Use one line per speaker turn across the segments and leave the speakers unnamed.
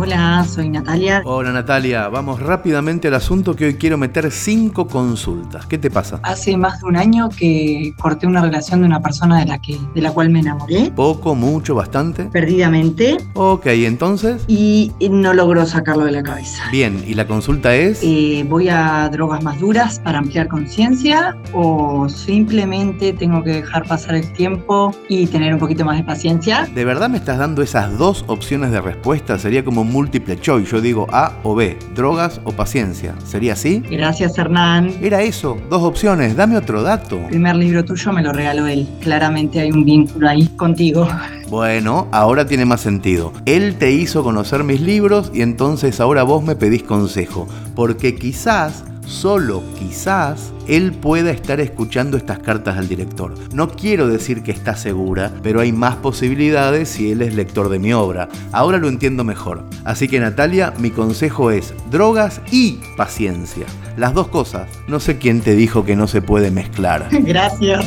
Hola, soy Natalia.
Hola Natalia, vamos rápidamente al asunto que hoy quiero meter cinco consultas. ¿Qué te pasa?
Hace más de un año que corté una relación de una persona de la, que, de la cual me enamoré
¿Poco, mucho, bastante?
perdidamente
Ok, entonces.
y no logró sacarlo de la cabeza.
Bien, y la consulta es...
Eh, ¿Voy a drogas más duras para ampliar conciencia o simplemente tengo que dejar pasar el tiempo y tener un poquito más de paciencia?
¿De verdad me estás dando esas dos opciones de respuesta? Sería como múltiple choice. Yo digo A o B, drogas o paciencia. ¿Sería así?
Gracias Hernán.
Era eso, dos opciones. Dame otro dato.
El primer libro tuyo me lo regaló él. Claramente hay un vínculo ahí contigo.
Bueno, ahora tiene más sentido. Él te hizo conocer mis libros y entonces ahora vos me pedís consejo. Porque quizás, solo quizás, él pueda estar escuchando estas cartas al director. No quiero decir que está segura, pero hay más posibilidades si él es lector de mi obra. Ahora lo entiendo mejor. Así que Natalia, mi consejo es drogas y paciencia. Las dos cosas. No sé quién te dijo que no se puede mezclar.
Gracias.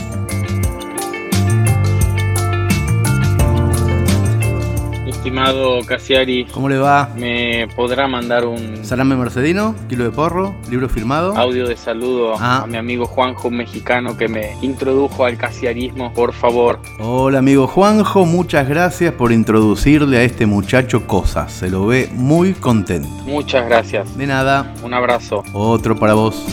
Estimado Casiari,
¿Cómo le va?
¿me podrá mandar un
Salame Mercedino, kilo de porro, libro firmado.
audio de saludo
Ah.
a mi amigo Juanjo, un mexicano que me introdujo al casiarismo? Por favor.
Hola amigo Juanjo, muchas gracias por introducirle a este muchacho cosas. Se lo ve muy contento.
Muchas gracias.
De nada,
Un abrazo.
otro para vos.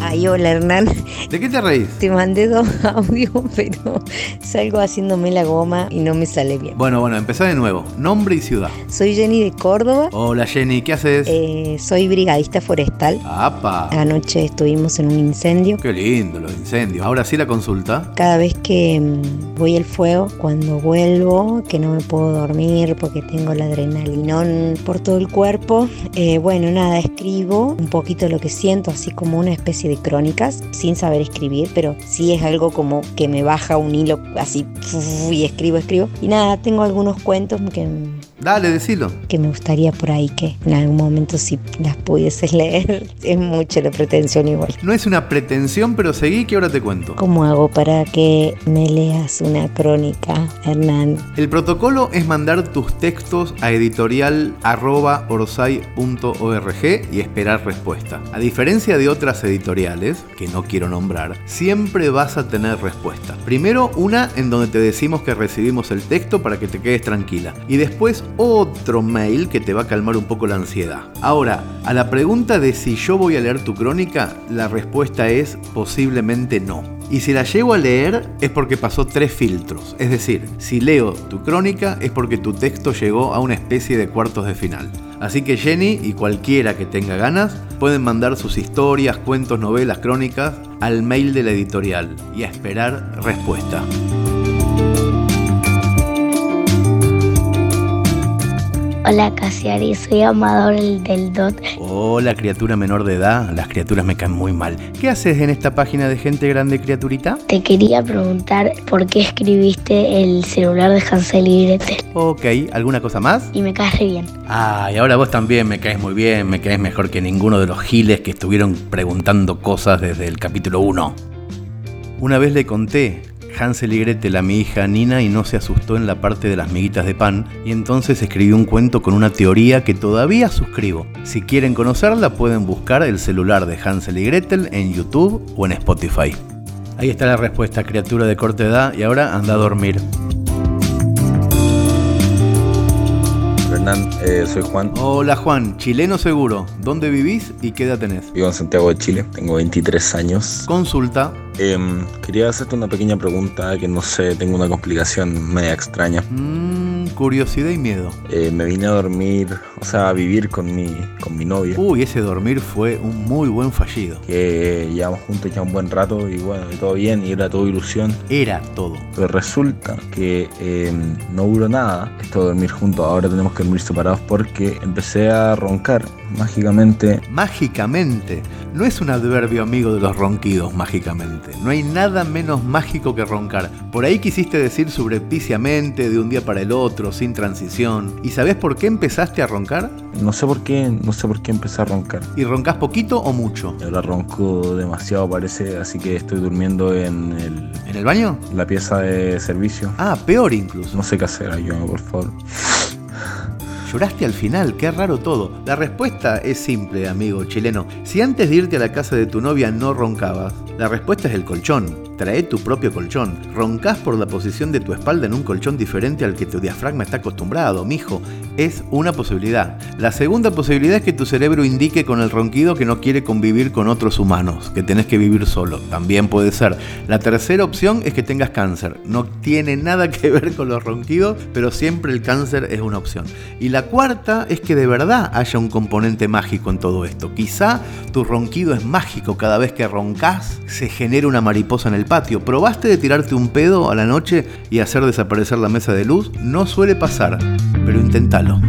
Ay, hola Hernán,
¿De qué te reís?
te mandé dos audios, pero salgo haciéndome la goma y no me sale bien.
Bueno, bueno, empezá de nuevo. Nombre y ciudad.
Soy Jenny de Córdoba,
Hola Jenny, ¿qué haces?
eh, ah. soy brigadista forestal.
¡Apa!
Anoche estuvimos en un incendio.
Qué lindo los incendios. Ahora sí la consulta.
Cada vez que mm, voy al fuego, cuando vuelvo, que no me puedo dormir porque tengo la adrenalinón por todo el cuerpo, eh, bueno, nada, escribo un poquito lo que siento, así como una especie de crónicas, sin saber escribir, pero sí es algo como que me baja un hilo así y escribo, escribo. Y nada, tengo algunos cuentos que,
Dale, decilo.
que me gustaría por ahí que en algún momento si las pudieses leer. Es mucho la pretensión igual.
No es una pretensión, pero seguí que ahora te cuento.
¿Cómo hago para que me leas una crónica, Hernán?
El protocolo es mandar tus textos a editorial.orsay.org y esperar respuesta. A diferencia de otras editoriales, que no quiero nombrar, siempre vas a tener respuesta. Primero una en donde te decimos que recibimos el texto para que te quedes tranquila. Y después otro mail que te va a calmar un poco la ansiedad. Ahora, a la pregunta de si yo voy a leer tu crónica, la respuesta es posiblemente no. Y si la llego a leer es porque pasó tres filtros. Es decir, si leo tu crónica es porque tu texto llegó a una especie de cuartos de final. Así que Jenny y cualquiera que tenga ganas pueden mandar sus historias, cuentos, novelas, crónicas al mail de la editorial y a esperar respuesta.
Hola Casiari, soy amador del DOT.
Hola criatura menor de edad, las criaturas me caen muy mal. ¿Qué haces en esta página de gente grande criaturita?
Te quería preguntar por qué escribiste el celular de Hansel y Gretel.
Ok, ¿alguna cosa más?
Y me caes re bien.
Ay, ahora vos también me caes muy bien, me caes mejor que ninguno de los giles que estuvieron preguntando cosas desde el capítulo 1. Una vez le conté Hansel y Gretel a mi hija Nina y no se asustó en la parte de las miguitas de pan y entonces escribí un cuento con una teoría que todavía suscribo. Si quieren conocerla pueden buscar el celular de Hansel y Gretel en YouTube o en Spotify. Ahí está la respuesta, criatura de corta edad, y ahora anda a dormir.
Hernán, eh, soy Juan,
Hola Juan, chileno seguro, ¿dónde vivís y qué edad tenés?
vivo en Santiago de Chile, tengo 23 años.
Consulta
Em, quería hacerte una pequeña pregunta que no sé, tengo una complicación media extraña.
Mmm, curiosidad y miedo.
Eh, me vine a dormir, o sea, a vivir con mi, con mi novia,
Uy, ese dormir fue un muy buen fallido.
que llevamos juntos ya un buen rato y bueno, y todo bien, y era todo ilusión.
Era todo.
Pero resulta que em, no duró nada esto de dormir juntos, ahora tenemos que dormir separados porque empecé a roncar mágicamente
Mágicamente. No es un adverbio amigo de los ronquidos, mágicamente. Totalmente. No hay nada menos mágico que roncar. Por ahí quisiste decir subrepticiamente, de un día para el otro, sin transición. ¿Y sabés por qué empezaste a roncar?
No sé por qué, no sé por qué empecé a roncar.
¿Y roncás poquito o mucho?
Ahora ronco demasiado parece, así que estoy durmiendo en el-
¿En el baño?
la pieza de servicio.
Ah, peor incluso.
No sé qué hacer, ayúdame por favor.
Lloraste al final, qué raro todo. La respuesta es simple, amigo chileno. Si antes de irte a la casa de tu novia no roncabas, la respuesta es el colchón. Trae tu propio colchón. Roncás por la posición de tu espalda en un colchón diferente al que tu diafragma está acostumbrado, mijo. Es una posibilidad. La segunda posibilidad es que tu cerebro indique con el ronquido que no quiere convivir con otros humanos, que tenés que vivir solo. También puede ser. La tercera opción es que tengas cáncer. No tiene nada que ver con los ronquidos, pero siempre el cáncer es una opción. Y la cuarta es que de verdad haya un componente mágico en todo esto. Quizá tu ronquido es mágico. Cada vez que roncas se genera una mariposa en el patio. ¿Probaste de tirarte un pedo a la noche y hacer desaparecer la mesa de luz? No suele pasar, pero inténtalo.